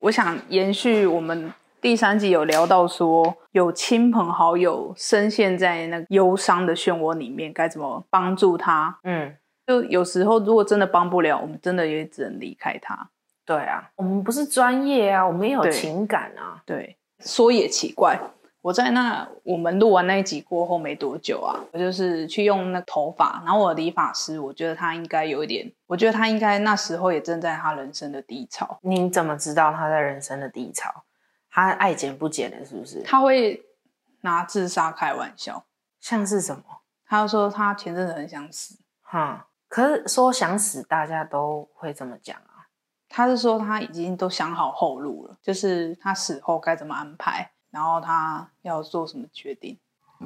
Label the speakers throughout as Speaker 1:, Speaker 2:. Speaker 1: 我想延续我们第三集有聊到说，有亲朋好友深陷在那个忧伤的漩涡里面，该怎么帮助他？
Speaker 2: 嗯，
Speaker 1: 就有时候如果真的帮不了，我们真的也只能离开他。
Speaker 2: 对啊，我们不是专业啊，我们也有
Speaker 1: 对
Speaker 2: 情感啊。
Speaker 1: 对，说也奇怪，我在那我们录完那一集过后没多久啊，我就是去用那头发，然后我的理发师，我觉得他应该有一点，我觉得他应该那时候也正在他人生的低潮。
Speaker 2: 你怎么知道他在人生的低潮？他爱剪不剪的，是不是？
Speaker 1: 他会拿自杀开玩笑，
Speaker 2: 像是什么？
Speaker 1: 他就说他前阵子很想死，
Speaker 2: 哈、可是说想死，大家都会这么讲啊。
Speaker 1: 他是说他已经都想好后路了，就是他死后该怎么安排，然后他要做什么决定。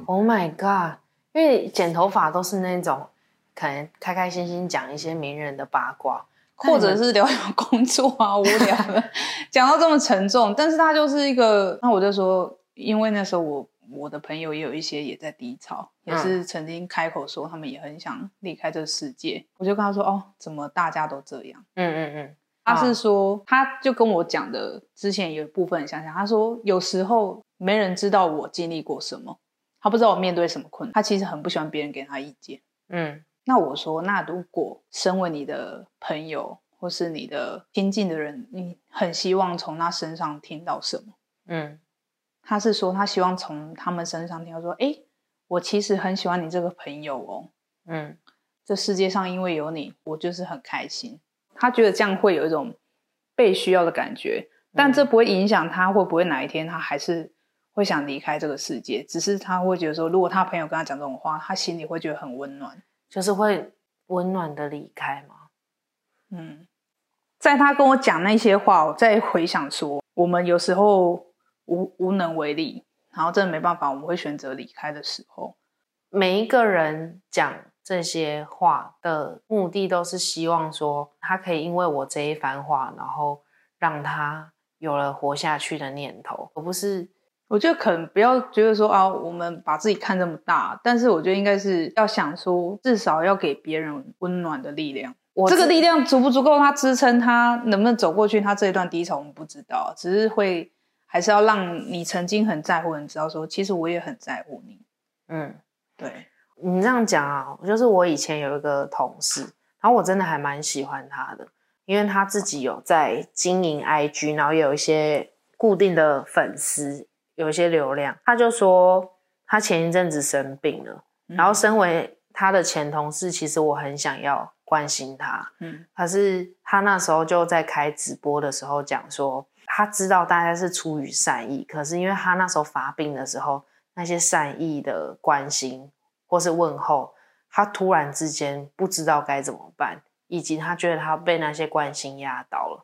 Speaker 2: Oh my god！因为剪头发都是那种可能开开心心讲一些名人的八卦，
Speaker 1: 或者是聊聊工作啊，无聊的，讲到这么沉重，但是他就是一个，那我就说，因为那时候我我的朋友也有一些也在低潮，也是曾经开口说他们也很想离开这个世界，我就跟他说，哦，怎么大家都这样？
Speaker 2: 嗯嗯嗯，
Speaker 1: 他是说，他就跟我讲的，之前有一部分很相像。他说，有时候没人知道我经历过什么，他不知道我面对什么困难，他其实很不喜欢别人给他意见。
Speaker 2: 嗯
Speaker 1: 那我说，那如果身为你的朋友或是你的亲近的人，你很希望从他身上听到什么？
Speaker 2: 嗯
Speaker 1: 他是说，他希望从他们身上听到说，哎，我其实很喜欢你这个朋友哦，
Speaker 2: 嗯
Speaker 1: 这世界上因为有你，我就是很开心。他觉得这样会有一种被需要的感觉，但这不会影响他会不会哪一天他还是会想离开这个世界，只是他会觉得说，如果他朋友跟他讲这种话，他心里会觉得很温暖。
Speaker 2: 就是会温暖的离开嘛。
Speaker 1: 嗯，在他跟我讲那些话，我再回想说，我们有时候无无能为力，然后真的没办法，我们会选择离开的时候，
Speaker 2: 每一个人讲这些话的目的都是希望说，他可以因为我这一番话，然后让他有了活下去的念头，而不是
Speaker 1: 我觉得可能不要觉得说啊，我们把自己看这么大，但是我觉得应该是要想说，至少要给别人温暖的力量。
Speaker 2: 我
Speaker 1: 这个
Speaker 2: 自
Speaker 1: 力量足不足够他支撑他能不能走过去？他这一段低潮我们不知道，只是会还是要让你曾经很在乎的人知道说，其实我也很在乎你。
Speaker 2: 嗯。
Speaker 1: 对，
Speaker 2: 你这样讲啊，就是我以前有一个同事，然后我真的还蛮喜欢他的，因为他自己有在经营 IG，然后也有一些固定的粉丝，有一些流量。他就说他前一阵子生病了，
Speaker 1: 嗯
Speaker 2: 然后身为他的前同事，其实我很想要关心他，
Speaker 1: 嗯
Speaker 2: 可是他那时候就在开直播的时候讲说，他知道大家是出于善意，可是因为他那时候发病的时候，那些善意的关心或是问候，他突然之间不知道该怎么办，以及他觉得他被那些关心压倒了。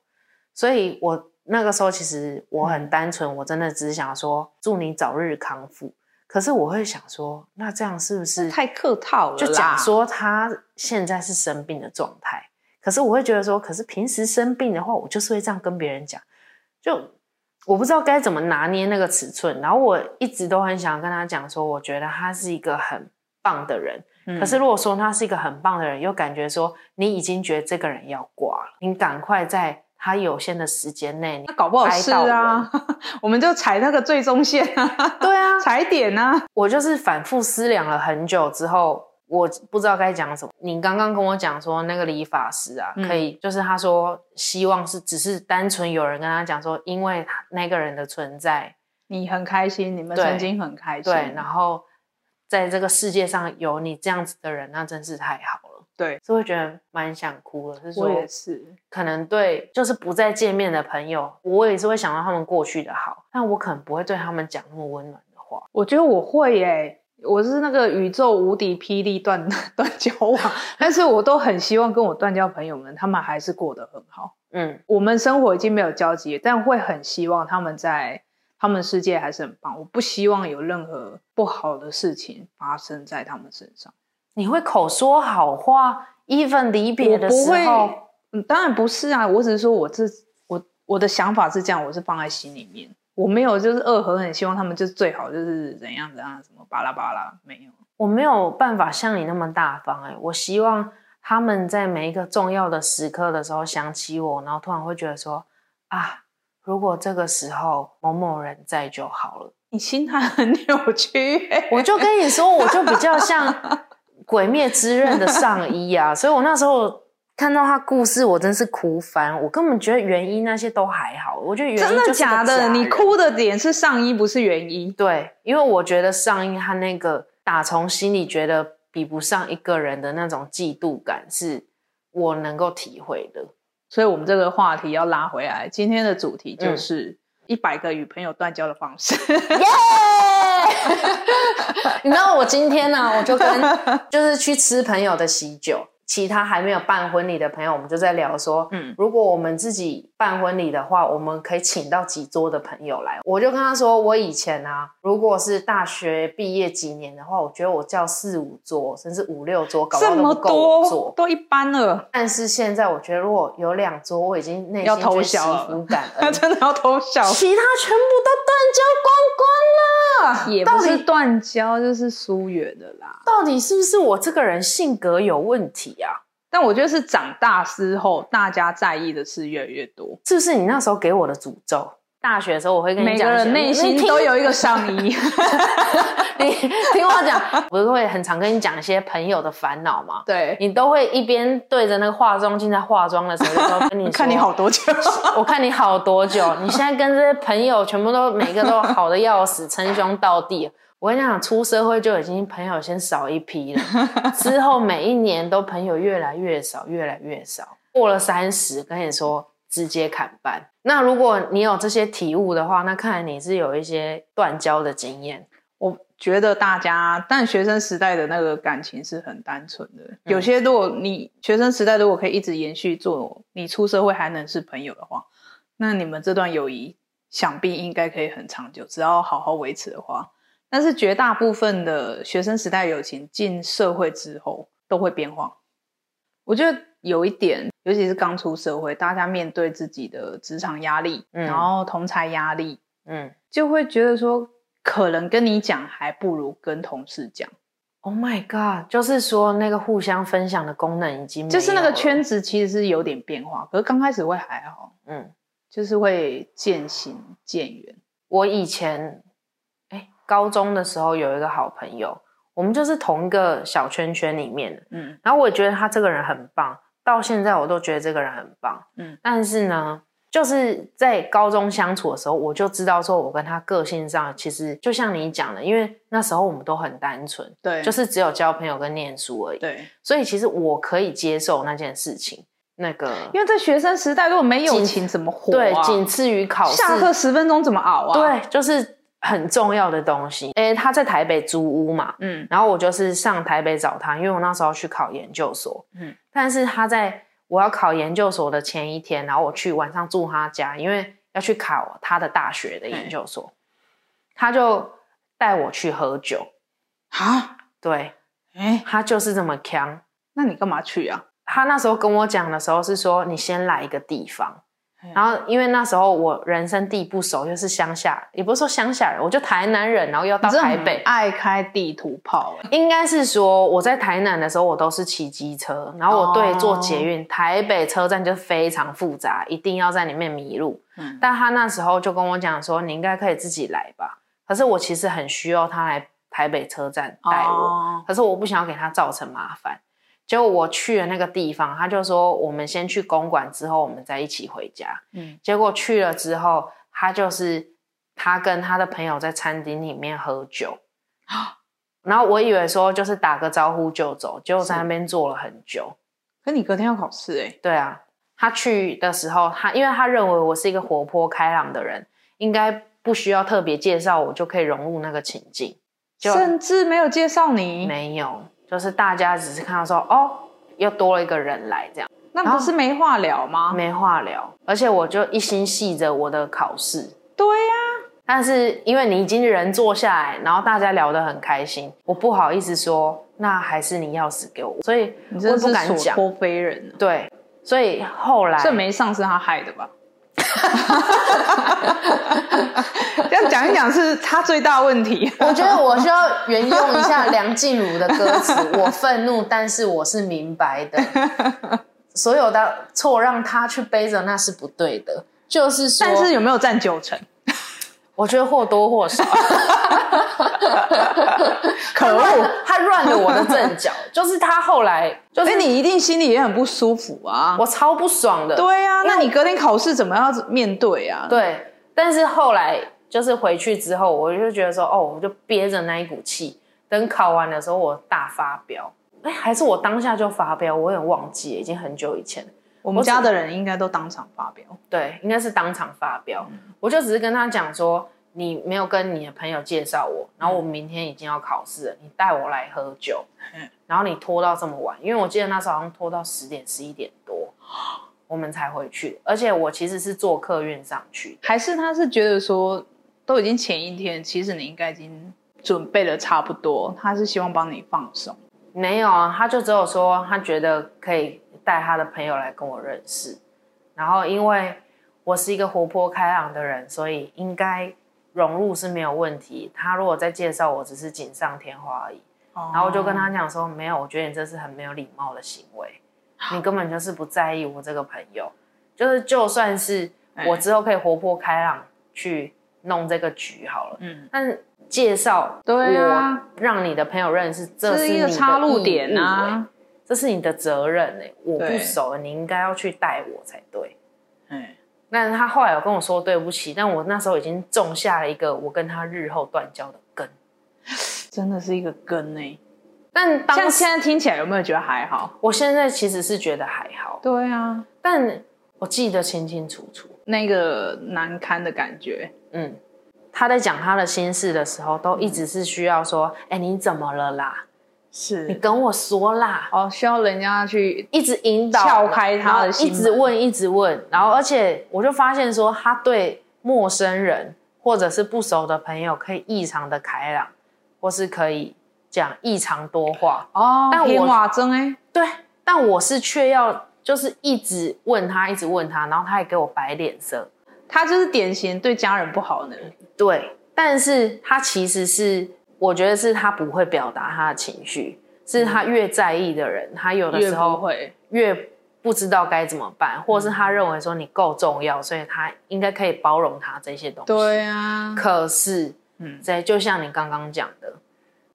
Speaker 2: 所以我那个时候其实我很单纯，我真的只是想说祝你早日康复。可是我会想说，那这样是不是
Speaker 1: 嗯太客套了啦，
Speaker 2: 就讲说他现在是生病的状态，可是我会觉得说，可是平时生病的话，我就是会这样跟别人讲，就我不知道该怎么拿捏那个尺寸。然后我一直都很想跟他讲说，我觉得他是一个很棒的人，
Speaker 1: 嗯，
Speaker 2: 可是如果说他是一个很棒的人，又感觉说你已经觉得这个人要挂了，你赶快在他有限的时间内，你
Speaker 1: 那搞不好
Speaker 2: 哀
Speaker 1: 是
Speaker 2: 悼
Speaker 1: 啊， 我们就踩那个最中线啊，
Speaker 2: 对啊，
Speaker 1: 踩点啊。
Speaker 2: 我就是反复思量了很久之后，我不知道该讲什么。你刚刚跟我讲说那个理发师啊，
Speaker 1: 嗯
Speaker 2: 可以，就是他说希望是只是单纯有人跟他讲说，因为他那个人的存在，
Speaker 1: 你很开心，你们
Speaker 2: 对
Speaker 1: 曾经很开心，
Speaker 2: 对，然后在这个世界上有你这样子的人，那真是太好了。
Speaker 1: 对，
Speaker 2: 所以我觉得蛮想哭的，是
Speaker 1: 我
Speaker 2: 说
Speaker 1: 也是，
Speaker 2: 可能对就是不再见面的朋友，我也是会想到他们过去的好，但我可能不会对他们讲那么温暖的话。
Speaker 1: 我觉得我会耶、我是那个宇宙无敌霹雳断 断交网，但是我都很希望跟我断交朋友们，他们还是过得很好。
Speaker 2: 嗯
Speaker 1: 我们生活已经没有交集，但会很希望他们在他们世界还是很棒。我不希望有任何不好的事情发生在他们身上。
Speaker 2: 你会口说好话，even 离别的时
Speaker 1: 我不
Speaker 2: 候
Speaker 1: 会，嗯，当然不是啊，我只是说我这我我的想法是这样，我是放在心里面，我没有就是恶狠狠希望他们就是最好就是怎样怎样什么巴拉巴拉，没有。
Speaker 2: 我没有办法像你那么大方、欸。哎，我希望他们在每一个重要的时刻的时候想起我，然后突然会觉得说啊，如果这个时候某某人在就好了。
Speaker 1: 你心态很扭曲、欸，
Speaker 2: 我就跟你说，我就比较像《鬼灭之刃》的上衣啊， 所以我那时候看到他故事，我真是哭翻。我根本觉得原因那些都还好，我觉得原因
Speaker 1: 真的假
Speaker 2: 的？
Speaker 1: 你哭的点是上衣，不是原因。
Speaker 2: 对，因为我觉得上衣他那个打从心里觉得比不上一个人的那种嫉妒感，是我能够体会的。
Speaker 1: 所以，我们这个话题要拉回来，今天的主题
Speaker 2: 嗯
Speaker 1: 就是一百个与朋友断交的方式。
Speaker 2: 耶！ 你知道我今天呢、啊，我就跟 就是去吃朋友的喜酒，其他还没有办婚礼的朋友，我们就在聊说， 嗯，如果我们自己办婚礼的话，我们可以请到几桌的朋友来。我就跟他说，我以前啊，如果是大学毕业几年的话，我觉得我叫四五桌，甚至五六桌，搞不
Speaker 1: 这
Speaker 2: 好都
Speaker 1: 么
Speaker 2: 不够我
Speaker 1: 多
Speaker 2: 坐。
Speaker 1: 都一般了，
Speaker 2: 但是现在我觉得，如果有两桌，我已经内
Speaker 1: 要
Speaker 2: 心
Speaker 1: 投
Speaker 2: 对
Speaker 1: 降了
Speaker 2: 幸福感
Speaker 1: 那
Speaker 2: 恩，
Speaker 1: 真的要偷笑。
Speaker 2: 其他全部都断交光光了。
Speaker 1: 也
Speaker 2: 啊到
Speaker 1: 不
Speaker 2: 底
Speaker 1: 是断交，就是疏远的啦。
Speaker 2: 到底是不是我这个人性格有问题啊？
Speaker 1: 但我觉得是长大之后，大家在意的事越来越多。
Speaker 2: 是不是你那时候给我的诅咒？大学的时候我会跟你
Speaker 1: 每
Speaker 2: 讲
Speaker 1: 个
Speaker 2: 一些，
Speaker 1: 人内心
Speaker 2: 你听
Speaker 1: 都有一个上 衣，
Speaker 2: 你听我讲，我都会很常跟你讲一些朋友的烦恼嘛。
Speaker 1: 对，
Speaker 2: 你都会一边对着那个化妆镜在化妆的时候，就 说跟你说
Speaker 1: 看你好，多 久。
Speaker 2: 我看你好多久。你现在跟这些朋友全部都每个都好的要死，称兄道弟。我跟你讲，出社会就已经朋友先少一 批了，之后每一年都朋友越来越少，越来越少。过了三十，跟你说直接砍半。那如果你有这些体悟的话，那看来你是有一些断交的经验。
Speaker 1: 我觉得大家，但学生时代的那个感情是很单纯的。有些如果你学生时代如果可以一直延续做，你出社会还能是朋友的话，那你们这段友谊想必应该可以很长久，只要好好维持的话。但是绝大部分的学生时代友情进社会之后都会变化。我觉得有一点，尤其是刚出社会，大家面对自己的职场压力，
Speaker 2: 嗯
Speaker 1: 然后同才压力，
Speaker 2: 嗯
Speaker 1: 就会觉得说，可能跟你讲还不如跟同事讲，
Speaker 2: ，Oh my god，就是说那个互相分享的功能已经没
Speaker 1: 就是那
Speaker 2: 有
Speaker 1: 个
Speaker 2: 了
Speaker 1: 圈，子其实是有点变化，可是刚开始会还好，
Speaker 2: 嗯。
Speaker 1: 就是会渐行渐远。
Speaker 2: 我以前哎高中的时候有一个好朋友，我们就是同一个小圈圈里面的。
Speaker 1: 嗯
Speaker 2: 然后我也觉得他这个人很棒，到现在我都觉得这个人很棒。
Speaker 1: 嗯，
Speaker 2: 但是呢，就是在高中相处的时候，我就知道说我跟他个性上其实就像你讲的，因为那时候我们都很单纯，
Speaker 1: 对，
Speaker 2: 就是只有交朋友跟念书而已。
Speaker 1: 对，
Speaker 2: 所以其实我可以接受那件事情，那个
Speaker 1: 因为在学生时代如果没友情怎么活
Speaker 2: 对
Speaker 1: 啊？
Speaker 2: 仅次于考试
Speaker 1: 下课十分钟怎么熬啊？，
Speaker 2: 对，就是很重要的东西。诶，他在台北租屋嘛，
Speaker 1: 嗯
Speaker 2: 然后我就是上台北找他，因为我那时候去考研究所，
Speaker 1: 嗯
Speaker 2: 但是他在我要考研究所的前一天，然后我去晚上住他家，因为要去考他的大学的研究所，他就带我去喝酒，
Speaker 1: 啊，
Speaker 2: 对
Speaker 1: 哎，
Speaker 2: 他就是这么强。
Speaker 1: 那你干嘛去啊？
Speaker 2: 他那时候跟我讲的时候是说，你先来一个地方
Speaker 1: 嗯。
Speaker 2: 然后，因为那时候我人生地不熟，又是乡下，也不是说乡下人，我就台南人，然后又到
Speaker 1: 你真的
Speaker 2: 台
Speaker 1: 很
Speaker 2: 北，
Speaker 1: 爱开地图炮欸，
Speaker 2: 应该是说我在台南的时候，我都是骑机车，然后我对坐捷运，台北车站就非常复杂，一定要在里面迷路。
Speaker 1: 嗯，
Speaker 2: 但他那时候就跟我讲说，你应该可以自己来吧。可是我其实很需要他来台北车站带我，
Speaker 1: 哦
Speaker 2: 可是我不想要给他造成麻烦。结果我去了那个地方，他就说我们先去公馆，之后我们再一起回家。
Speaker 1: 嗯，
Speaker 2: 结果去了之后，他就是他跟他的朋友在餐厅里面喝酒，然后我以为说就是打个招呼就走，结果在那边坐了很久。
Speaker 1: 可你隔天要考试哎，
Speaker 2: 对啊，他去的时候，他因为他认为我是一个活泼开朗的人，应该不需要特别介绍，我就可以融入那个情境。就
Speaker 1: 甚至没有介绍你，
Speaker 2: 没有，就是大家只是看到说哦，又多了一个人来这样，
Speaker 1: 那不是没话聊吗？
Speaker 2: 啊没话聊。而且我就一心系着我的考试，
Speaker 1: 对呀、
Speaker 2: 但是因为你已经人坐下来，然后大家聊得很开心，我不好意思说，那还是你钥匙给我，所以
Speaker 1: 你
Speaker 2: 我
Speaker 1: 真
Speaker 2: 也
Speaker 1: 的
Speaker 2: 不
Speaker 1: 是
Speaker 2: 敢
Speaker 1: 所
Speaker 2: 讲。
Speaker 1: 托非人啊！
Speaker 2: 对，所以后来
Speaker 1: 这没上是他害的吧？ 这样讲一讲是他最大问 题。
Speaker 2: 我觉得我需要援用一下梁静茹的歌 词：“我愤怒，但是我是明白的，所有的错让他去背着，那是不对的。”就是说，
Speaker 1: 但是有没有占九成？
Speaker 2: 我觉得或多或少，
Speaker 1: 可
Speaker 2: 他 乱
Speaker 1: 恶！
Speaker 2: 了他乱了我的阵脚，就是他后来就
Speaker 1: 所
Speaker 2: 是
Speaker 1: 以哎你一定心里也很不舒服啊。
Speaker 2: 我超不爽的，
Speaker 1: 对啊，
Speaker 2: 因为
Speaker 1: 那你隔天考试怎么样面对啊？
Speaker 2: 对，但是后来就是回去之后，我就觉得说，哦，我就憋着那一股气，等考完的时候我大发飙，哎，还是我当下就发飙，我有点忘记，已经很久以前了。
Speaker 1: 我们家的人应该都当场发飙。
Speaker 2: 对，应该是当场发飙。我就只是跟他讲说，你没有跟你的朋友介绍我，然后我明天已经要考试了，你带我来喝酒，
Speaker 1: 嗯
Speaker 2: 然后你拖到这么晚，因为我记得那时候好像拖到十点十一点多，我们才回去，而且我其实是坐客运上去的，
Speaker 1: 还是他是觉得说，都已经前一天，其实你应该已经准备的差不多，他是希望帮你放松。
Speaker 2: 没有啊，他就只有说他觉得可以带他的朋友来跟我认识，然后因为我是一个活泼开朗的人，所以应该融入是没有问题。他如果再介绍我，只是锦上添花而已。
Speaker 1: 哦
Speaker 2: 然后我就跟他讲说，没有，我觉得你这是很没有礼貌的行为，你根本就是不在意我这个朋友。就是就算是我之后可以活泼开朗去弄这个局好了，
Speaker 1: 嗯，
Speaker 2: 但是介绍
Speaker 1: 对啊
Speaker 2: 我让你的朋友认识，这
Speaker 1: 这
Speaker 2: 是
Speaker 1: 是
Speaker 2: 你
Speaker 1: 一
Speaker 2: 的
Speaker 1: 个插入点
Speaker 2: 义务欸
Speaker 1: 啊。
Speaker 2: 这是你的责任哎、我不
Speaker 1: 对
Speaker 2: 熟，你应该要去带我才对。
Speaker 1: 哎，
Speaker 2: 但是他后来有跟我说对不起，但我那时候已经种下了一个我跟他日后断交的根。
Speaker 1: 真的是一个根呢、
Speaker 2: 但当
Speaker 1: 像
Speaker 2: 时
Speaker 1: 现在听起来有没有觉得还好？
Speaker 2: 我现在其实是觉得还好，
Speaker 1: 对啊，
Speaker 2: 但我记得清清楚楚。
Speaker 1: 那个难堪的感觉，
Speaker 2: 嗯，他在讲他的心事的时候，都一直是需要说：“哎、你怎么了啦？你
Speaker 1: 是
Speaker 2: 跟我说啦。
Speaker 1: 哦，需要人家去”
Speaker 2: 一直引导，
Speaker 1: 撬开他的
Speaker 2: 然后一
Speaker 1: 心门
Speaker 2: 直问，一直问，然后而且我就发现说，他对陌生人或者是不熟的朋友，可以异常的开朗，或是可以讲异常多话。
Speaker 1: 哦，
Speaker 2: 但我
Speaker 1: 天瓦真哎，
Speaker 2: 对，但我是却要就是一直问他，一直问他，然后他也给我摆脸色。
Speaker 1: 他就是典型对家人不好的人。
Speaker 2: 对，但是他其实是，我觉得是他不会表达他的情绪，是他越在意的人，他有的
Speaker 1: 越
Speaker 2: 时
Speaker 1: 不
Speaker 2: 候
Speaker 1: 会，
Speaker 2: 越不知道该怎么办，或是他认为说你够重要，所以他应该可以包容他这些东西。，
Speaker 1: 对啊，
Speaker 2: 可是，
Speaker 1: 嗯
Speaker 2: 这就像你刚刚讲的，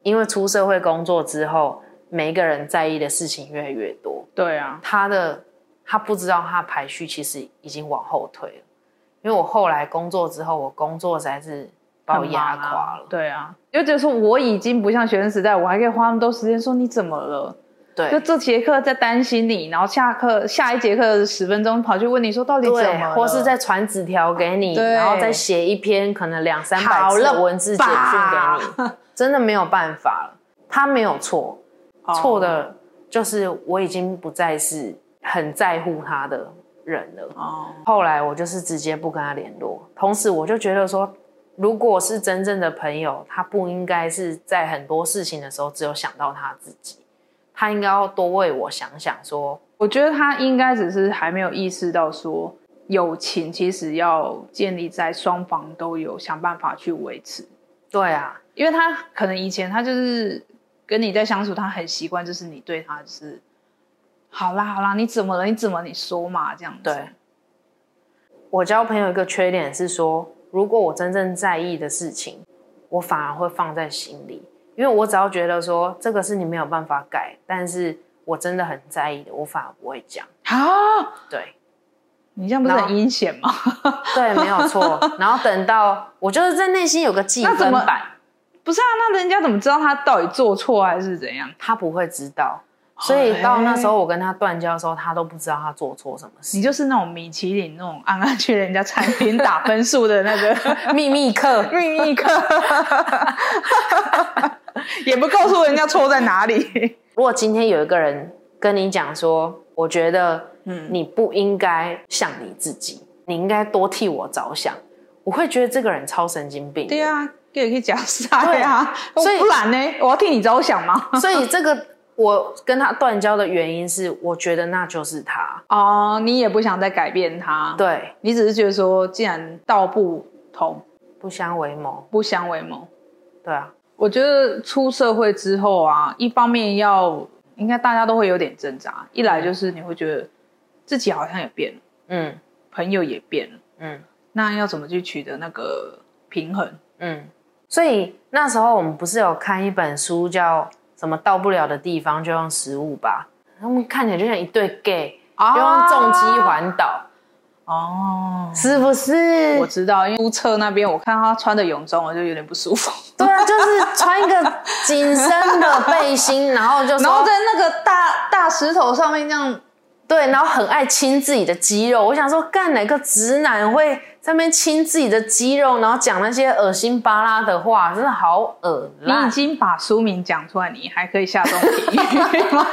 Speaker 2: 因为出社会工作之后，每一个人在意的事情越来越多，
Speaker 1: 对啊，
Speaker 2: 他的他不知道他的排序其实已经往后退了，因为我后来工作之后，我工作实在是把我
Speaker 1: 很
Speaker 2: 压
Speaker 1: 忙
Speaker 2: 垮
Speaker 1: 啊
Speaker 2: 了。
Speaker 1: 对啊，就觉得说我已经不像学生时代，我还可以花那么多时间说你怎么了，
Speaker 2: 对
Speaker 1: 就这节课在担心你，然后下课下一节课十分钟跑去问你说到底怎么
Speaker 2: 对，
Speaker 1: 了，
Speaker 2: 或是再传纸条给你，
Speaker 1: 对
Speaker 2: 然后再写一篇可能两三百
Speaker 1: 好
Speaker 2: 字
Speaker 1: 了
Speaker 2: 的文字简讯给你， 真的没有办法了。他没有错，
Speaker 1: 哦
Speaker 2: 错的就是我已经不再是很在乎他的人了。
Speaker 1: 哦，
Speaker 2: 后来我就是直接不跟他联络，同时我就觉得说，如果是真正的朋友，他不应该是在很多事情的时候只有想到他自己，他应该要多为我想想说，
Speaker 1: 我觉得他应该只是还没有意识到说。友情其实要建立在双方都有想办法去维持，
Speaker 2: 对啊，
Speaker 1: 因为他可能以前他就是跟你在相处，他很习惯，就是你对他是好啦好啦，你怎么了？你怎么你说嘛这样子。
Speaker 2: 对，我交朋友一个缺点是说，如果我真正在意的事情，我反而会放在心里，因为我只要觉得说这个是你没有办法改，但是我真的很在意的，我反而不会讲，
Speaker 1: 啊，
Speaker 2: 对。
Speaker 1: 你这样不是很阴险吗？
Speaker 2: 对，没有错。然后等到我就是在内心有个记
Speaker 1: 那
Speaker 2: 分
Speaker 1: 怎么
Speaker 2: 板，
Speaker 1: 不是啊，那人家怎么知道他到底做错还是怎样？
Speaker 2: 他不会知道，所以到那时
Speaker 1: 哎
Speaker 2: 候我跟他断交的时候，他都不知道他做错什么
Speaker 1: 你
Speaker 2: 事。
Speaker 1: 就是那种米其林那种暗暗去人家餐厅打分数的那个
Speaker 2: 秘密课，
Speaker 1: 秘密 客，也不告诉人家错在哪里。
Speaker 2: 如果今天有一个人跟你讲说，我觉得
Speaker 1: 嗯
Speaker 2: 你不应该像你自己，你应该多替我着想，我会觉得这个人超神经病。
Speaker 1: 对啊，也可以讲啥
Speaker 2: 对
Speaker 1: 呀
Speaker 2: 啊？所以
Speaker 1: 不然呢？我要替你着想吗？
Speaker 2: 所以这个我跟他断交的原因是，我觉得那就是他。
Speaker 1: 哦，你也不想再改变他，
Speaker 2: 对，
Speaker 1: 你只是觉得说，既然道不同，
Speaker 2: 不相为谋。
Speaker 1: 不相为谋。
Speaker 2: 对啊，
Speaker 1: 我觉得出社会之后啊，一方面要应该大家都会有点挣扎，一来就是你会觉得自己好像也变了，
Speaker 2: 嗯，
Speaker 1: 朋友也变了，
Speaker 2: 嗯
Speaker 1: 那要怎么去取得那个平衡？
Speaker 2: 嗯。所以那时候我们不是有看一本书叫什么“到不了的地方就用食物吧”，他们看起来就像一对 gay，就用重击环岛，
Speaker 1: 哦，
Speaker 2: 是不是
Speaker 1: 我？知道，因为乌侧那边我看他穿的泳装，我就有点不舒服。
Speaker 2: 对啊，就是穿一个紧身的背心，然后就说
Speaker 1: 然后在那个大大石头上面这样，
Speaker 2: 对，然后很爱亲自己的肌肉。我想说，干哪个直男会在那边亲自己的肌肉，然后讲那些恶心巴拉的话，真的好恶
Speaker 1: 你已
Speaker 2: 啦！
Speaker 1: 经把书名讲出来，你还可以下这种比喻吗？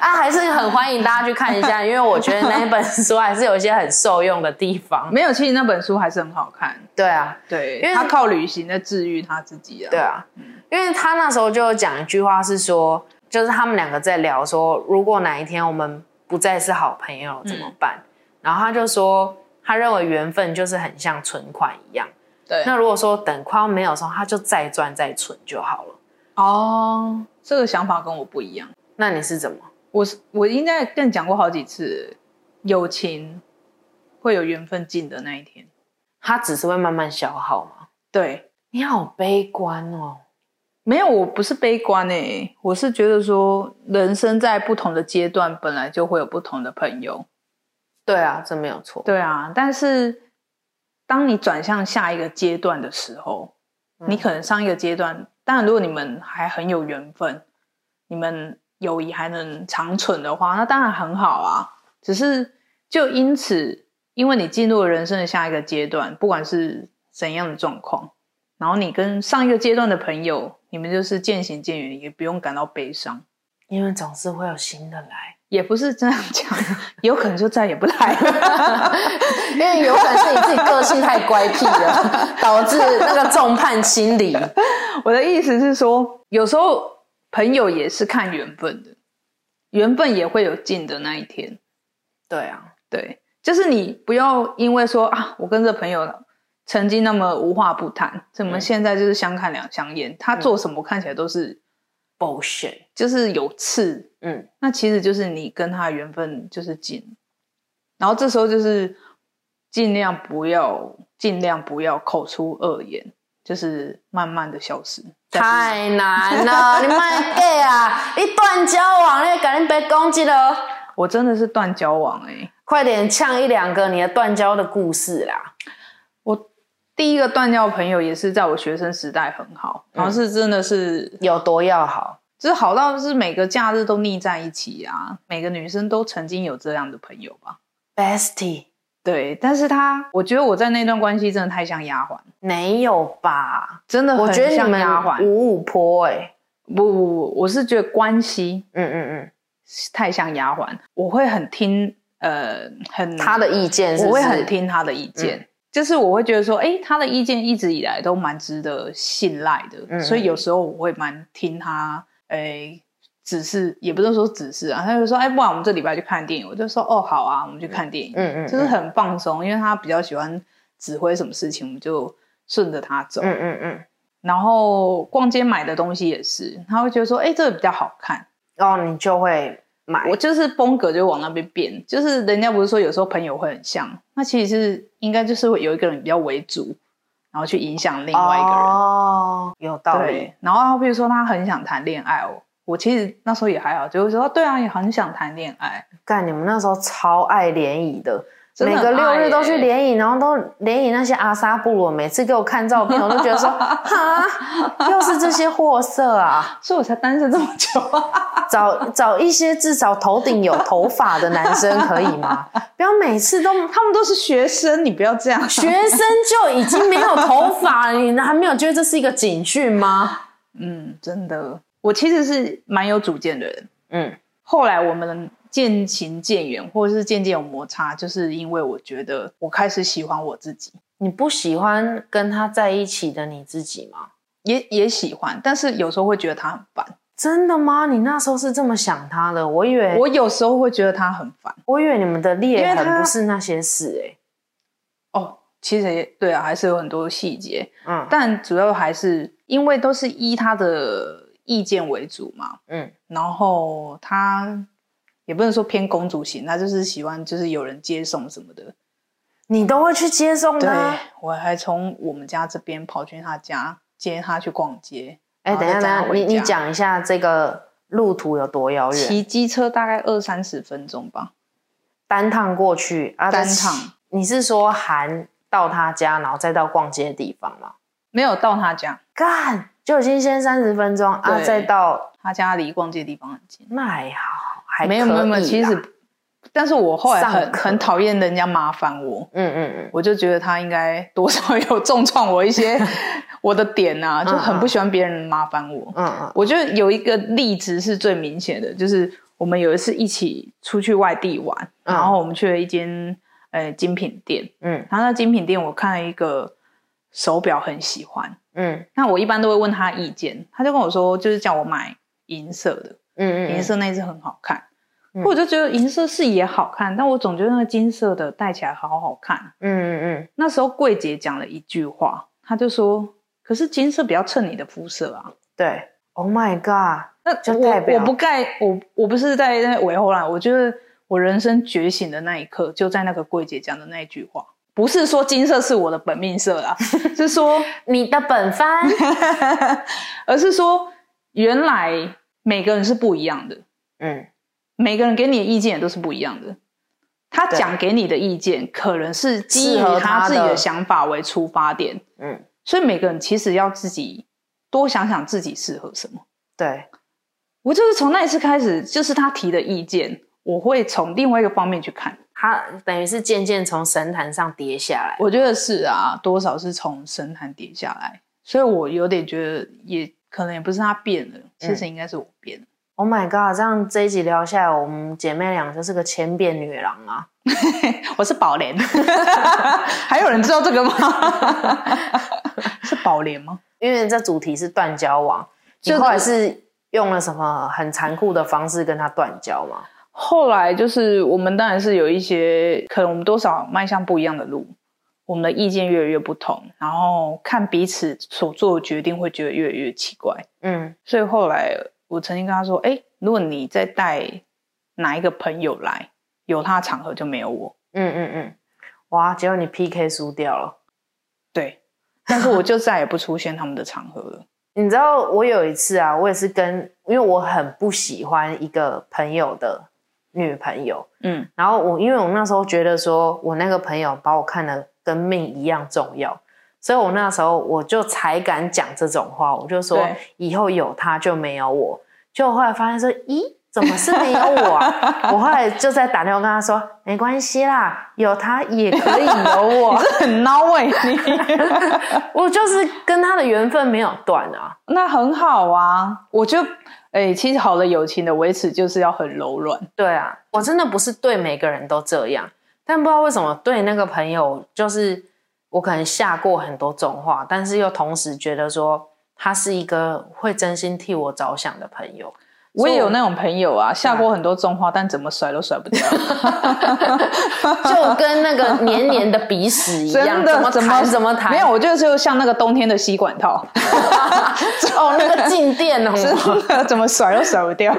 Speaker 2: 啊，还是很欢迎大家去看一下，因为我觉得那一本书还是有一些很受用的地 方。
Speaker 1: 没有，其实那本书还是很好看。
Speaker 2: 对啊，
Speaker 1: 对，
Speaker 2: 因为
Speaker 1: 他靠旅行在治愈他自己啊。
Speaker 2: 对，啊，因为他那时候就有讲一句话是说，就是他们两个在聊说，如果哪一天我们不再是好朋友怎么办？然后他就说，他认为缘分就是很像存款一样。
Speaker 1: 对
Speaker 2: 那如果说等快要没有的时候，他就再赚再存就好了。
Speaker 1: 哦，这个想法跟我不一样。
Speaker 2: 那你是怎么？
Speaker 1: 我是我应该跟你讲过好几次，友情会有缘分尽的那一天。
Speaker 2: 他只是会慢慢消耗吗？
Speaker 1: 对，
Speaker 2: 你好悲观哦。
Speaker 1: 没有，我不是悲观诶、欸我是觉得说，人生在不同的阶段本来就会有不同的朋友。
Speaker 2: 对啊，这没有错。
Speaker 1: 对啊，但是当你转向下一个阶段的时候，
Speaker 2: 嗯
Speaker 1: 你可能上一个阶段，当然如果你们还很有缘分，你们友谊还能长存的话，那当然很好啊。只是就因此，因为你进入了人生的下一个阶段，不管是怎样的状况，然后你跟上一个阶段的朋友，你们就是渐行渐远，也不用感到悲伤。
Speaker 2: 因为总是会有新的来，
Speaker 1: 也不是这样讲， 有可能就再也不来了。
Speaker 2: 因为有可能是你自己个性太乖僻 了，导致那个众叛亲离。
Speaker 1: 我的意思是说，有时候朋友也是看缘分的，缘分也会有尽的那一天。
Speaker 2: 对啊，
Speaker 1: 对，就是你不要因为说啊，我跟这朋友曾经那么无话不谈，怎么
Speaker 2: 嗯
Speaker 1: 现在就是相看两相厌？他做什么看起来都是
Speaker 2: bullshit。
Speaker 1: 就是有刺，
Speaker 2: 嗯，
Speaker 1: 那其实就是你跟他的缘分就是尽。然后这时候就是尽量不要，尽量不要口出恶言，就是慢慢的消失。再不
Speaker 2: 太难 了，你卖 gay 啊！你断交往，你赶紧别攻击了，
Speaker 1: 我真的是断交往哎、
Speaker 2: 快点呛一两个你的断交的故事啦。
Speaker 1: 我第一个断交的朋友也是在我学生时代很好，
Speaker 2: 嗯
Speaker 1: 然后是真的是、
Speaker 2: 有多要好？
Speaker 1: 就是好到是每个假日都腻在一起啊，每个女生都曾经有这样的朋友吧。
Speaker 2: Bestie
Speaker 1: 对，但是他，我觉得我在那段关系真的太像丫鬟，
Speaker 2: 没有吧？
Speaker 1: 真的
Speaker 2: 我
Speaker 1: 很
Speaker 2: 觉得你
Speaker 1: 像
Speaker 2: 们
Speaker 1: 丫鬟。
Speaker 2: 五五坡哎、
Speaker 1: 不不不，我是觉得关系
Speaker 2: 嗯嗯
Speaker 1: 太像丫鬟，我会很听呃很
Speaker 2: 嗯，他的意见是不
Speaker 1: 我
Speaker 2: 是嗯
Speaker 1: 会很，听他的意见，就是我会觉得说，诶，他的意见一直以来都蛮值得信赖的，
Speaker 2: 嗯
Speaker 1: 所以有时候我会蛮听他，诶，指示也不是说指示啊，他就说，哎，不然我们这礼拜去看电影，我就说，哦，好啊，我们去看电影，
Speaker 2: 嗯嗯，
Speaker 1: 就是很放松，因为他比较喜欢指挥什么事情，我们就顺着他走。
Speaker 2: 嗯嗯嗯。
Speaker 1: 然后逛街买的东西也是，他会觉得说，诶，这个比较好看，
Speaker 2: 哦，你就会买
Speaker 1: 我就是风格就往那边变，就是人家不是说有时候朋友会很像，那其实是应该就是会有一个人比较为主，然后去影响另外一个人。
Speaker 2: 哦，有道理。
Speaker 1: 对，然后比如说他很想谈恋爱哦，我其实那时候也还好，就是说对啊，也很想谈恋爱，
Speaker 2: 干，你们那时候超爱联谊的，
Speaker 1: 真
Speaker 2: 每
Speaker 1: 的哎
Speaker 2: 个
Speaker 1: 很
Speaker 2: 六
Speaker 1: 爱
Speaker 2: 日都去
Speaker 1: 耶
Speaker 2: 联谊，然后都联谊那些阿萨布鲁，每次给我看照片，我都觉 得说，哈，又是这些货色啊！
Speaker 1: 所以我才单身这么久啊。
Speaker 2: 找找一些至少头顶有头发的男生可以吗？不要每次都
Speaker 1: 他们都是学生，你不要这样。
Speaker 2: 学生就已经没有头发了，你还没有觉得这是一个警讯吗？
Speaker 1: 嗯，真的，我其实是蛮有主见的人。
Speaker 2: 嗯，
Speaker 1: 后来我们渐行渐远，或者是渐渐有摩擦，就是因为我觉得我开始喜欢我自己。
Speaker 2: 你不喜欢跟他在一起的你自己吗？
Speaker 1: 也也喜欢，但是有时候会觉得他很烦。
Speaker 2: 真的吗？你那时候是这么想他的？我以为
Speaker 1: 我有时候会觉得他很烦。
Speaker 2: 我以为你们的
Speaker 1: 因
Speaker 2: 裂
Speaker 1: 为
Speaker 2: 痕
Speaker 1: 他
Speaker 2: 不是那些事、欸，
Speaker 1: 哦，其实也对啊，还是有很多细节，
Speaker 2: 嗯
Speaker 1: 但主要还是因为都是依他的意见为主嘛。
Speaker 2: 嗯，
Speaker 1: 然后他也不能说偏公主型，他就是喜欢就是有人接送什么的。
Speaker 2: 你都会去接送
Speaker 1: 对
Speaker 2: 他。
Speaker 1: 我还从我们家这边跑去他家接他去逛街，
Speaker 2: 哎、
Speaker 1: 然后
Speaker 2: 等一下，
Speaker 1: 再载
Speaker 2: 等一
Speaker 1: 他
Speaker 2: 下，
Speaker 1: 回
Speaker 2: 你你
Speaker 1: 家
Speaker 2: 讲一下这个路途有多遥远？
Speaker 1: 骑机车大概二三十分钟吧，
Speaker 2: 单趟过去啊？
Speaker 1: 单
Speaker 2: 这是
Speaker 1: 趟？
Speaker 2: 你是说含到他家，然后再到逛街的地方吗？
Speaker 1: 没有到他家，
Speaker 2: 干，就已经先三十分钟啊，
Speaker 1: 对
Speaker 2: 再到
Speaker 1: 他家离逛街的地方很近。
Speaker 2: 那还好，还
Speaker 1: 没有没有没
Speaker 2: 可
Speaker 1: 有，
Speaker 2: 以啊
Speaker 1: 其
Speaker 2: 啦
Speaker 1: 实，但是我后来
Speaker 2: 尚
Speaker 1: 很
Speaker 2: 可
Speaker 1: 很讨厌人家麻烦我，
Speaker 2: 嗯嗯嗯，
Speaker 1: 我就觉得他应该多少有重创我一 些我的点啊，就很不喜欢别人麻烦我。
Speaker 2: 嗯嗯，
Speaker 1: 我觉得有一个例子是最明显的，就是我们有一次一起出去外地玩，
Speaker 2: 嗯
Speaker 1: 然后我们去了一间呃精品店，
Speaker 2: 嗯
Speaker 1: 然后那精品店我看了一个手表很喜欢，
Speaker 2: 嗯
Speaker 1: 那我一般都会问他意见，他就跟我说就是叫我买银色的，
Speaker 2: 嗯
Speaker 1: 银色那只很好看，
Speaker 2: 嗯
Speaker 1: 我就觉得银色是也好看，但我总觉得那个金色的戴起来好好看。
Speaker 2: 嗯嗯
Speaker 1: 那时候柜姐讲了一句话，她就说：“可是金色比较衬你的肤色啊。”
Speaker 2: 对，Oh my God，
Speaker 1: 那
Speaker 2: 就代
Speaker 1: 我
Speaker 2: 表
Speaker 1: 我不盖我我不是在那维护啦，我觉得我人生觉醒的那一刻，就在那个柜姐讲的那一句话，不是说金色是我的本命色 啦，是说，
Speaker 2: 你的 本番，
Speaker 1: 而是说原来每个人是不一样的，
Speaker 2: 嗯
Speaker 1: 每个人给你的意见也都是不一样的。他
Speaker 2: 对
Speaker 1: 讲给你的意见，可能是基于
Speaker 2: 适合
Speaker 1: 他
Speaker 2: 他
Speaker 1: 自己的
Speaker 2: 的
Speaker 1: 想法为出发点，
Speaker 2: 嗯，
Speaker 1: 所以每个人其实要自己多想想自己适合什么。
Speaker 2: 对，
Speaker 1: 我就是从那一次开始，就是他提的意见，我会从另外一个方面去看。
Speaker 2: 他等于是渐渐从神坛上跌下来，
Speaker 1: 我觉得是啊，多少是从神坛跌下来，所以我有点觉得也可能也不是他变了，其实应该是我变了。
Speaker 2: Oh my god！这样这一集聊下来，我们姐妹俩就是个千变女郎啊！
Speaker 1: 我是宝莲，还有人知道这个吗？ 是宝莲吗？
Speaker 2: 因为这主题是断交网，你
Speaker 1: 就是
Speaker 2: 后来是用了什么很残酷的方式跟他断交吗？
Speaker 1: 后来就是我们当然是有一些，可能我们多少迈向不一样的路，我们的意见越来越不同，然后看彼此所做的决定会觉得越来越奇怪。
Speaker 2: 嗯
Speaker 1: 所以后来我曾经跟他说：“哎、如果你再带哪一个朋友来，有他的场合就没有我。
Speaker 2: 嗯嗯嗯，哇！结果你 PK 输掉了。”
Speaker 1: 对，但是我就再也不出现他们的场合了。
Speaker 2: 你知道我有一次啊，我也是跟，因为我很不喜欢一个朋友的女朋友，
Speaker 1: 嗯，
Speaker 2: 然后我因为我那时候觉得说，我那个朋友把我看得跟命一样重要，所以我那时候我就才敢讲这种话，我就说
Speaker 1: 对，
Speaker 2: 以后有他就没有我。就后来发现说，咦，怎么是没有我啊？ 我后来就在打电话跟他说，没关系啦，有他也可以有我
Speaker 1: 很孬哎、你
Speaker 2: 我就是跟他的缘分没有断啊。
Speaker 1: 那很好啊。我就哎、其实好的友情的维持就是要很柔软。
Speaker 2: 对啊，我真的不是对每个人都这样，但不知道为什么对那个朋友，就是我可能下过很多种话，但是又同时觉得说他是一个会真心替我着想的朋友。
Speaker 1: 我也有
Speaker 2: 所以嗯
Speaker 1: 那种朋友啊，下过很多重话，但怎么甩都甩不掉，
Speaker 2: 就跟那个黏黏的鼻屎 一 样，
Speaker 1: 真的
Speaker 2: 怎么弹怎么弹，
Speaker 1: 没有，我觉得就像那个冬天的吸管 套，
Speaker 2: 哦，那个静电哦。
Speaker 1: 真的怎么甩都甩不 掉。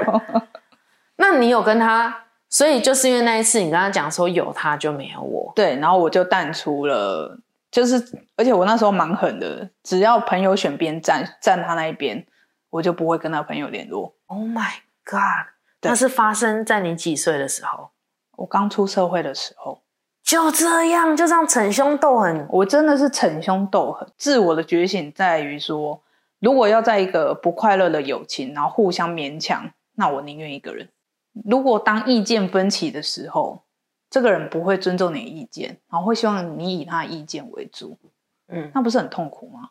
Speaker 2: 那你有跟他，所以就是因为那一次你跟他讲说有他就没有我，
Speaker 1: 对，然后我就淡出了，就是而且我那时候蛮狠的，只要朋友选边站站他那一边，我就不会跟他朋友联络。
Speaker 2: Oh my god！
Speaker 1: 对
Speaker 2: 那是发生在你几岁的时候？
Speaker 1: 我刚出社会的时候，
Speaker 2: 就这样，就这样逞凶斗狠。
Speaker 1: 我真的是逞凶斗狠。自我的觉醒在于说，如果要在一个不快乐的友情，然后互相勉强，那我宁愿一个人。如果当意见分歧的时候，这个人不会尊重你的意见，然后会希望你以他的意见为主，
Speaker 2: 嗯，
Speaker 1: 那不是很痛苦吗？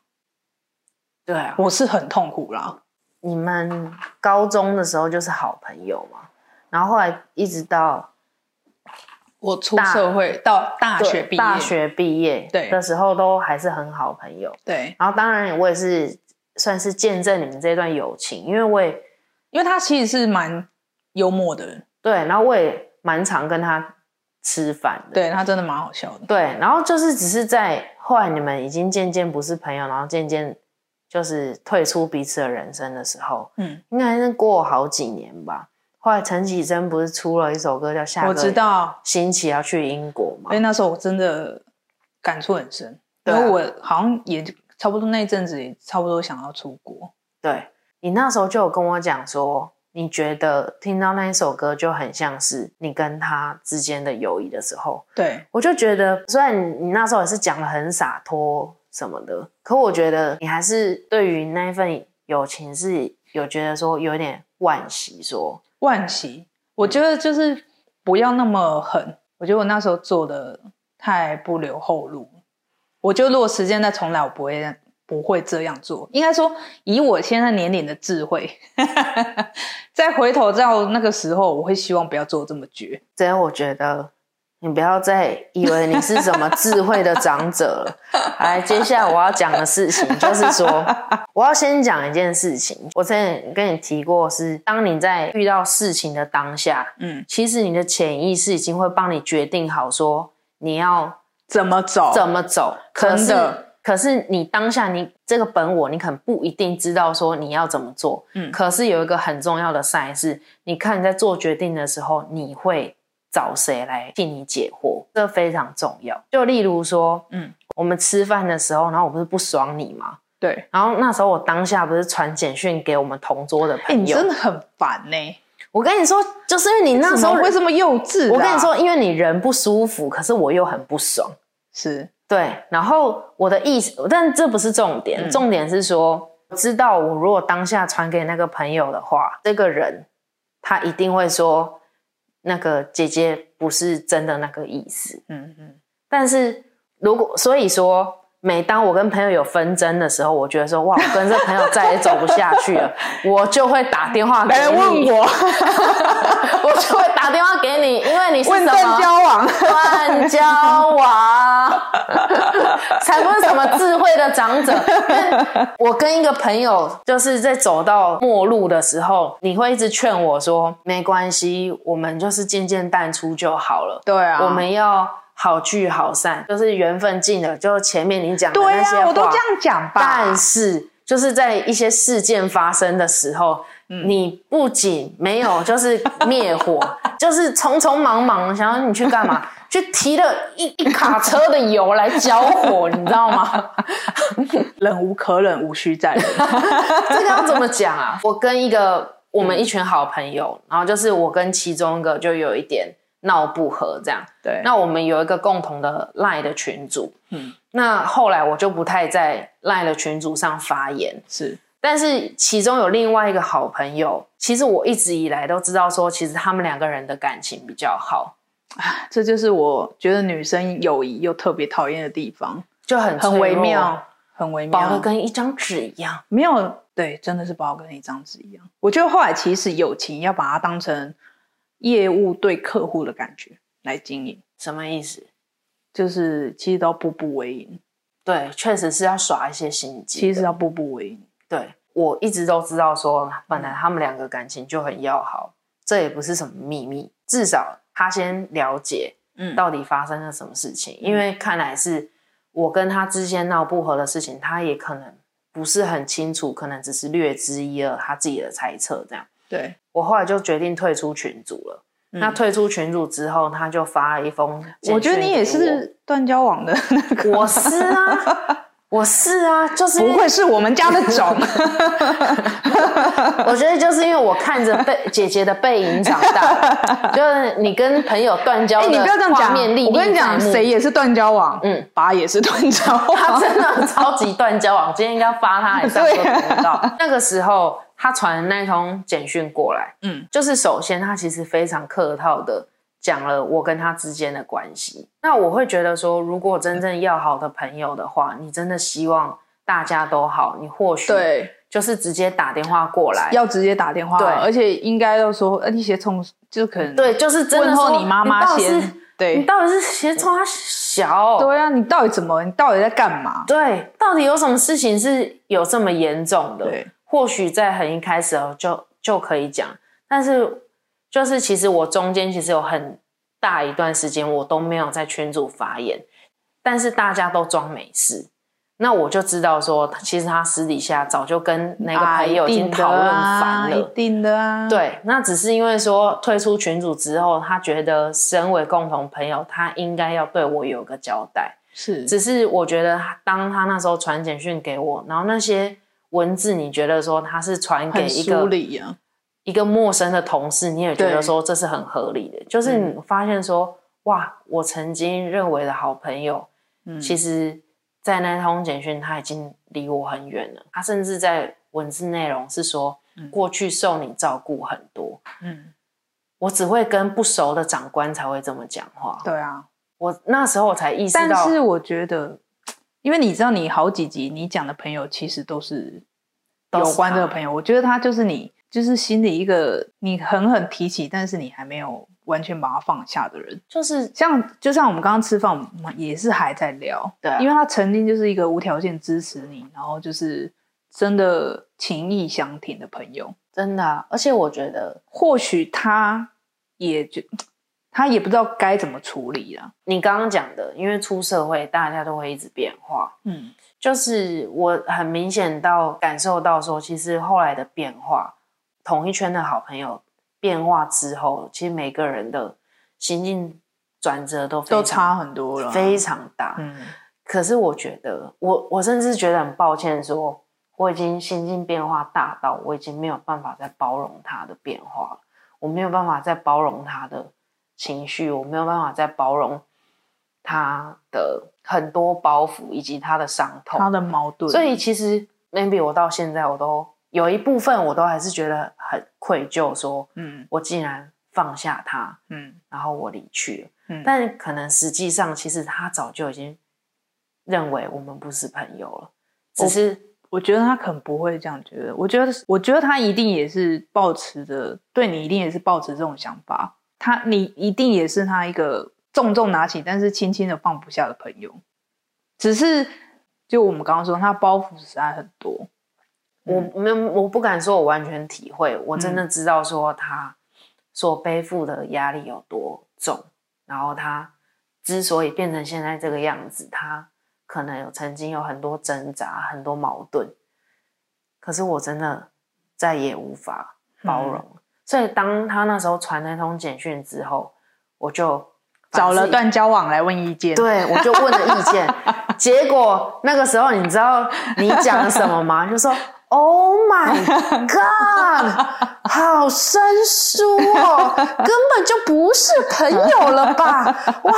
Speaker 2: 对啊，
Speaker 1: 我是很痛苦啦。
Speaker 2: 你们高中的时候就是好朋友嘛，然后后来一直到
Speaker 1: 我出
Speaker 2: 大
Speaker 1: 社会到大学毕业，
Speaker 2: 大学毕业
Speaker 1: 对
Speaker 2: 的时候都还是很好朋友。
Speaker 1: 对，
Speaker 2: 然后当然我也是算是见证你们这段友情，因为我也
Speaker 1: 因为他其实是蛮幽默的人，
Speaker 2: 对，然后我也蛮常跟他吃饭的。
Speaker 1: 对他真的蛮好笑的。
Speaker 2: 对，然后就是只是在后来你们已经渐渐不是朋友，然后渐渐就是退出彼此的人生的时候，
Speaker 1: 嗯，
Speaker 2: 应该是过好几年吧。后来陈绮贞不是出了一首歌叫《下个
Speaker 1: 我知道，
Speaker 2: 星期要去英国》嘛
Speaker 1: 因为？那时候我真的感触很深，
Speaker 2: 对
Speaker 1: 因
Speaker 2: 啊
Speaker 1: 为我好像也差不多那一阵子也差不多想要出国，
Speaker 2: 对你那时候就有跟我讲说，你觉得听到那一首歌就很像是你跟他之间的友谊的时候，
Speaker 1: 对，
Speaker 2: 我就觉得，虽然你你那时候也是讲的很洒脱什么的，可我觉得你还是对于那一份友情是有觉得说有点惋惜说，
Speaker 1: 万喜，我觉得就是不要那么狠，我觉得我那时候做的太不留后路，我觉得如果时间再重来，我不会不会这样做，应该说以我现在年龄的智慧， 再回头到那个时候，我会希望不要做这么绝，
Speaker 2: 这样我觉得你不要再以为你是什么智慧的长者了。来，接下来我要讲的事情就是说，我要先讲一件事情，我之前跟你提过是当你在遇到事情的当下，
Speaker 1: 嗯，
Speaker 2: 其实你的潜意识已经会帮你决定好说你要
Speaker 1: 怎么走？
Speaker 2: 怎么走，
Speaker 1: 真
Speaker 2: 可是
Speaker 1: 的。
Speaker 2: 可是你当下你这个本我，你可能不一定知道说你要怎么做。
Speaker 1: 嗯
Speaker 2: 可是有一个很重要的 sign 是，你看你在做决定的时候，你会找谁来替你解惑，这非常重要。就例如说，
Speaker 1: 嗯，
Speaker 2: 我们吃饭的时候，然后我不是不爽你嘛，
Speaker 1: 对，
Speaker 2: 然后那时候我当下不是传简讯给我们同桌的
Speaker 1: 哎、
Speaker 2: 朋
Speaker 1: 你
Speaker 2: 友，
Speaker 1: 真的很烦呢、
Speaker 2: 我跟你说，就是因为你那
Speaker 1: 怎
Speaker 2: 时候
Speaker 1: 么会这么啊幼稚、
Speaker 2: 我跟你，说，因为你人不舒服，可是我又很不爽。
Speaker 1: 是
Speaker 2: 对，然后我的意思，但这不是重点，
Speaker 1: 嗯
Speaker 2: 重点是说，我知道我如果当下传给那个朋友的话，这个人他一定会说，那个姐姐不是真的那个意思。
Speaker 1: 嗯嗯，
Speaker 2: 但是如果所以说，每当我跟朋友有纷争的时候，我觉得说，哇，我跟这朋友再也走不下 去了，我就会打电话给
Speaker 1: 来
Speaker 2: 你，
Speaker 1: 哎问 我
Speaker 2: 我就会打电话给你，因为你是什
Speaker 1: 问
Speaker 2: 么
Speaker 1: 政交往，
Speaker 2: 乱交往，才不是什么智慧的长 者。我跟一个朋友，就是在走到末路的时候，你会一直劝我说：“没关系，我们就是渐渐淡出就好了，
Speaker 1: 对啊，
Speaker 2: 我们要好聚好散，就是缘分尽了，就前面你讲的
Speaker 1: 对
Speaker 2: 那些
Speaker 1: 啊，
Speaker 2: 话。
Speaker 1: 我都这样讲吧
Speaker 2: 但，是就是在一些事件发生的时候，你不仅没有就是灭火， 就是匆匆忙忙，想要你去干嘛？去提了一一卡车的油来浇火，你知道吗？
Speaker 1: 忍无可忍，无需再忍。
Speaker 2: 这个要怎么讲啊？我跟一个我们一群好朋友，然后就是我跟其中一个就有一点闹不和这样。
Speaker 1: 对，
Speaker 2: 那我们有一个共同的赖的群组，
Speaker 1: 嗯，
Speaker 2: 那后来我就不太在赖的群组上发言，
Speaker 1: 是
Speaker 2: 但是其中有另外一个好朋友，其实我一直以来都知道说，其实他们两个人的感情比较好，
Speaker 1: 这就是我觉得女生友谊又特别讨厌的地方，
Speaker 2: 就很脆
Speaker 1: 很
Speaker 2: 弱
Speaker 1: 微，妙，很微
Speaker 2: 薄的
Speaker 1: 妙，
Speaker 2: 跟一张纸一样。
Speaker 1: 没有对，真的是把我跟一张纸一样。我觉得后来其实友情要把它当成业务对客户的感觉来经营，
Speaker 2: 什么意思？
Speaker 1: 就是其实都要步步为营，
Speaker 2: 对，确实是要耍一些心机。
Speaker 1: 其实要步步为营。
Speaker 2: 对我一直都知道说，本来他们两个感情就很要好，这也不是什么秘密。至少他先了解
Speaker 1: 嗯
Speaker 2: 到底发生了什么事情，因为看来是我跟他之间闹不和的事情，他也可能不是很清楚，可能只是略知一二，他自己的猜测这样。
Speaker 1: 对，
Speaker 2: 我后来就决定退出群组了。
Speaker 1: 嗯
Speaker 2: 那退出群组之后，他就发了一封简讯给我，
Speaker 1: 我觉得你也是断交往的 那个。
Speaker 2: 我是啊，我是啊，就是因
Speaker 1: 不
Speaker 2: 为
Speaker 1: 愧是我们家的 种，
Speaker 2: 我觉得就是因为我看着背姐姐的背影长 大，就是你跟朋友断交
Speaker 1: 哎、
Speaker 2: 的
Speaker 1: 你不要这样
Speaker 2: 画
Speaker 1: 讲
Speaker 2: 面历历。
Speaker 1: 我跟你讲，
Speaker 2: 在目
Speaker 1: 谁也是断交网，
Speaker 2: 嗯
Speaker 1: 嗯，爸也是断交
Speaker 2: 他
Speaker 1: 网，
Speaker 2: 真的超级断交往，今天应该发他来上这个频道。
Speaker 1: 啊
Speaker 2: 那个时候他传的那通简讯过来，
Speaker 1: 嗯，
Speaker 2: 就是首先他其实非常客套的讲了我跟他之间的关系。那我会觉得说，如果真正要好的朋友的话，你真的希望大家都好，你或许
Speaker 1: 对，
Speaker 2: 就是直接打电话过来。
Speaker 1: 要直接打电话，
Speaker 2: 对
Speaker 1: 而且应该要说，呃，你写冲就可能
Speaker 2: 对，就是真的
Speaker 1: 问
Speaker 2: 说
Speaker 1: 候你妈
Speaker 2: 你到
Speaker 1: 妈
Speaker 2: 底是
Speaker 1: 先，
Speaker 2: 你
Speaker 1: 对，
Speaker 2: 到底是先冲他小？哦
Speaker 1: 对啊，你到底怎么，你到底在干嘛？
Speaker 2: 对，到底有什么事情是有这么严重的？
Speaker 1: 对，
Speaker 2: 或许在很一开始哦，就就可以讲，但是就是其实我中间其实有很大一段时间我都没有在群组发言，但是大家都装没事。那我就知道说，其实他私底下早就跟那个朋友已经讨论
Speaker 1: 啊
Speaker 2: 烦了，
Speaker 1: 一定的啊，一定的啊，
Speaker 2: 对，那只是因为说退出群组之后，他觉得身为共同朋友，他应该要对我有个交代，
Speaker 1: 是
Speaker 2: 只是我觉得，当他那时候传简讯给我，然后那些文字，你觉得说他是传给
Speaker 1: 很
Speaker 2: 一
Speaker 1: 疏
Speaker 2: 个
Speaker 1: 离啊呀、
Speaker 2: 一个陌生的同事，你也觉得
Speaker 1: 对
Speaker 2: 说这是很合理
Speaker 1: 嗯
Speaker 2: 的。就是你发现说，哇，我曾经认为的好朋友，
Speaker 1: 嗯，
Speaker 2: 其实，在那通简讯他已经离我很远了。他甚至在文字内容是说，
Speaker 1: 嗯
Speaker 2: 过去受你照顾很多，
Speaker 1: 嗯，
Speaker 2: 我只会跟不熟的长官才会这么讲话。
Speaker 1: 对啊，
Speaker 2: 我那时候我才意识
Speaker 1: 但
Speaker 2: 到，
Speaker 1: 是我觉得，因为你知道，你好几集你讲的朋友其实都是
Speaker 2: 都是
Speaker 1: 有关这个
Speaker 2: 他
Speaker 1: 朋友。我觉得他就是你，就是心里一个你狠狠提起，但是你还没有完全把它放下的人。
Speaker 2: 就是
Speaker 1: 像就像我们刚刚吃饭，我们也是还在聊，
Speaker 2: 对啊
Speaker 1: 因为他曾经就是一个无条件支持你，然后就是真的情义相挺的朋友。
Speaker 2: 真的啊、而且我觉得
Speaker 1: 或许他也就他也不知道该怎么处理啊。
Speaker 2: 你刚刚讲的，因为出社会大家都会一直变化，
Speaker 1: 嗯，
Speaker 2: 就是我很明显到感受到说，其实后来的变化，同一圈的好朋友变化之后，其实每个人的心境转折都非常
Speaker 1: 都差很多了，啊
Speaker 2: 非常大。
Speaker 1: 嗯。
Speaker 2: 可是我觉得，我我甚至觉得很抱歉说，我已经心境变化大到我已经没有办法再包容他的变化了，我没有办法再包容他的情绪，我没有办法再包容他的很多包袱以及他的伤
Speaker 1: 他
Speaker 2: 痛。
Speaker 1: 的矛盾，
Speaker 2: 所以其实 maybe 我到现在我都有一部分我都还是觉得很愧疚说，
Speaker 1: 嗯
Speaker 2: 我竟然放下他，
Speaker 1: 嗯
Speaker 2: 然后我离去了。
Speaker 1: 嗯，
Speaker 2: 但可能实际上，其实他早就已经认为我们不是朋友了，只
Speaker 1: 我
Speaker 2: 是
Speaker 1: 我觉得他可能不会这样觉得，我觉得我觉得他一定也是抱持着对你一定也是抱持这种想法，他你一定也是他一个重重拿起但是轻轻的放不下的朋友，只是就我们刚刚说他包袱实在很多，
Speaker 2: 我
Speaker 1: 嗯
Speaker 2: 没有，我不敢说我完全体会，我真的知道说他所背负的压力有多重，然后他之所以变成现在这个样子，他可能有曾经有很多挣扎，很多矛盾，可是我真的再也无法包容。
Speaker 1: 嗯
Speaker 2: 所以当他那时候传那通简讯之后，我就
Speaker 1: 找了
Speaker 2: 反思
Speaker 1: 段交往来问意见，，
Speaker 2: 对，我就问了意 见，结果那个时候你知道你讲了什么 吗？就说 Oh my God，好生疏哦，根本就不是朋友了吧？哇，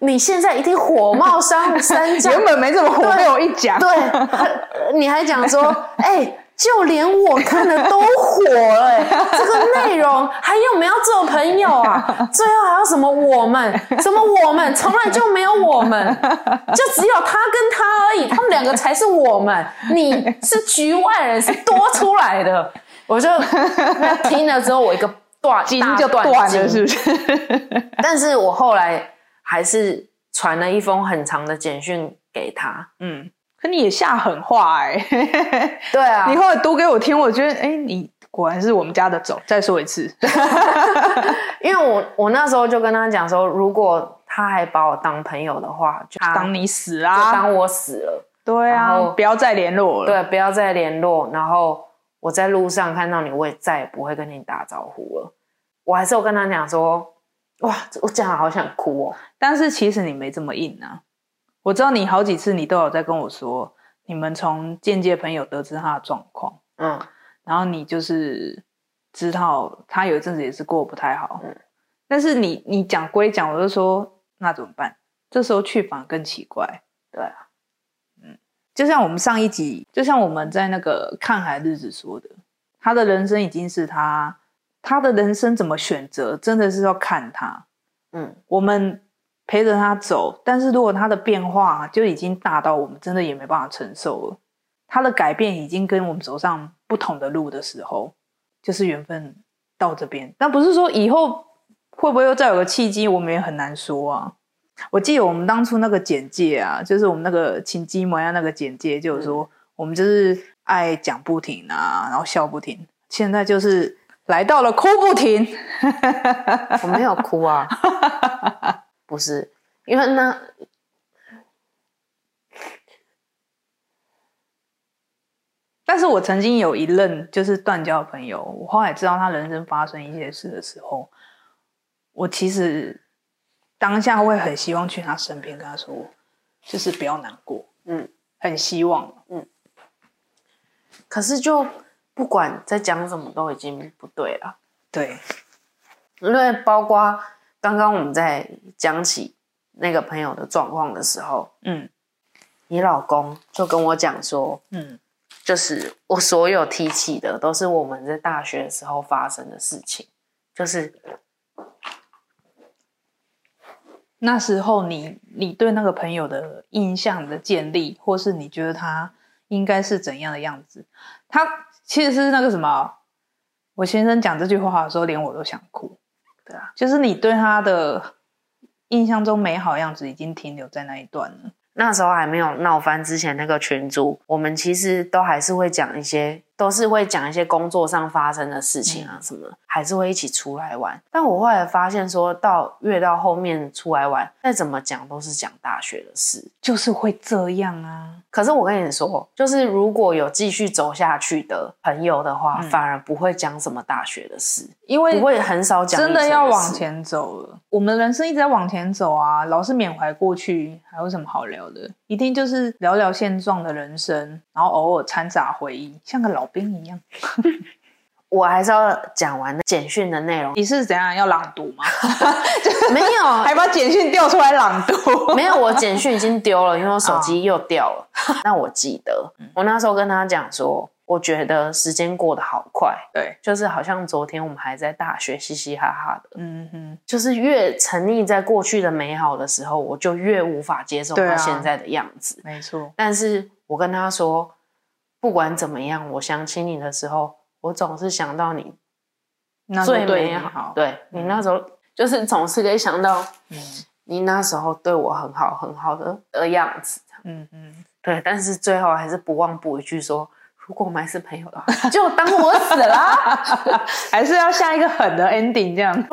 Speaker 2: 你现在一定火冒三三丈，
Speaker 1: 原本没怎么火，被我一讲，
Speaker 2: 对，呃你还讲说，哎、就连我看了都火了、哎这个内容还有没有做朋友啊？最后还有什么我们，什么我们，从来就没有我们，就只有他跟他而已，他们两个才是我们，你是局外人，是多出来的。我就那听了之后，我一个断
Speaker 1: 筋
Speaker 2: 大
Speaker 1: 就
Speaker 2: 断
Speaker 1: 断
Speaker 2: 筋
Speaker 1: 了，是不是？
Speaker 2: 但是我后来还是传了一封很长的简讯给他。
Speaker 1: 嗯，可你也下狠话哎、
Speaker 2: 对啊，
Speaker 1: 你后来读给我听，我觉得，哎、你果然是我们家的种。再说一次，
Speaker 2: 啊因为我我那时候就跟他讲说，如果他还把我当朋友的话，就他
Speaker 1: 当你死
Speaker 2: 就
Speaker 1: 啊，嗯
Speaker 2: 当我死了，
Speaker 1: 对
Speaker 2: 然
Speaker 1: 啊
Speaker 2: 后，
Speaker 1: 不要再联络了。，
Speaker 2: 对，不要再联络。然后我在路上看到你，我也再也不会跟你打招呼了。我还是有跟他讲说，哇，我讲的好想哭哦。
Speaker 1: 但是其实你没这么硬啊。我知道你好几次你都有在跟我说，你们从间接朋友得知他的状况，
Speaker 2: 嗯，
Speaker 1: 然后你就是知道他有一阵子也是过得不太好。
Speaker 2: 嗯
Speaker 1: 但是你你讲归讲，我就说那怎么办？这时候去反而更奇怪。嗯
Speaker 2: 对啊，
Speaker 1: 就像我们上一集，就像我们在那个看海日子说的，他的人生已经是他，他的人生怎么选择，真的是要看他。
Speaker 2: 嗯，
Speaker 1: 我们陪着他走，但是如果他的变化就已经大到我们真的也没办法承受了，他的改变已经跟我们走上不同的路的时候，就是缘分到这边。但不是说以后会不会又再有个契机，我们也很难说啊。我记得我们当初那个简介啊，就是我们那个情基摩亚那个简介，就有说、我们就是爱讲不停啊，然后笑不停，现在就是来到了哭不停。
Speaker 2: 我没有哭 啊，不是，因为那
Speaker 1: 但是我曾经有一任就是断交的朋友，我后来知道他人生发生一些事的时候，我其实当下会很希望去他身边跟他说：“就是不要难过，
Speaker 2: 嗯，
Speaker 1: 很希望，
Speaker 2: 可是就不管在讲什么，都已经不对了。
Speaker 1: 对，
Speaker 2: 因为包括刚刚我们在讲起那个朋友的状况的时候，
Speaker 1: 嗯
Speaker 2: 你老公就跟我讲说，
Speaker 1: 嗯
Speaker 2: 就是我所有提起的都是我们在大学的时候发生的事情，就是
Speaker 1: 那时候你你对那个朋友的印象的建立，或是你觉得他应该是怎样的样子？他其实是那个什么，我先生讲这句话的时候，连我都想哭。
Speaker 2: 对啊。
Speaker 1: 就是你对他的印象中美好样子已经停留在那一段了。
Speaker 2: 那时候还没有闹翻之前那个群组，我们其实都还是会讲一些，都是会讲一些工作上发生的事情啊什么的，还是会一起出来玩。但我后来发现说，到越到后面出来玩，再怎么讲都是讲大学的事。
Speaker 1: 就是会这样啊，
Speaker 2: 可是我跟你说，就是如果有继续走下去的朋友的话，
Speaker 1: 嗯
Speaker 2: 反而不会讲什么大学的事，
Speaker 1: 因
Speaker 2: 不
Speaker 1: 为
Speaker 2: 会很少讲。
Speaker 1: 真的要往，前走了。我们人生一直在往前走啊，老是缅怀过去，还有什么好聊的？一定就是聊聊现状的人生，然后偶尔掺杂回忆，像个老兵一样。
Speaker 2: 我还是要讲完简讯的 内容。
Speaker 1: 你是怎样要朗读 吗？
Speaker 2: 没有，
Speaker 1: 还把简讯调出来朗读？
Speaker 2: 没有，我简讯已经丢了，因为我手
Speaker 1: 哦
Speaker 2: 机又掉 了。那我记得，
Speaker 1: 嗯
Speaker 2: 我那时候跟他讲说，我觉得时间过得好快，
Speaker 1: 对，
Speaker 2: 就是好像昨天我们还在大学嘻嘻哈哈的，
Speaker 1: 嗯哼，
Speaker 2: 就是越沉溺在过去的美好的时候，我就越无法接受
Speaker 1: 对啊
Speaker 2: 他现在的样子。
Speaker 1: 没错，
Speaker 2: 但是我跟他说，不管怎么样，我想起你的时候，我总是想到你
Speaker 1: 那
Speaker 2: 最
Speaker 1: 就对
Speaker 2: 美
Speaker 1: 你
Speaker 2: 好
Speaker 1: 好。，
Speaker 2: 对你那时候，就是总是可以想到
Speaker 1: 嗯
Speaker 2: 你那时候对我很好很好的的样子。
Speaker 1: 嗯嗯，
Speaker 2: 对，但是最后还是不忘补一句说，如果 我 们还是朋友的话，就当我死了啊。
Speaker 1: 还是要下一个狠的 ending 这样。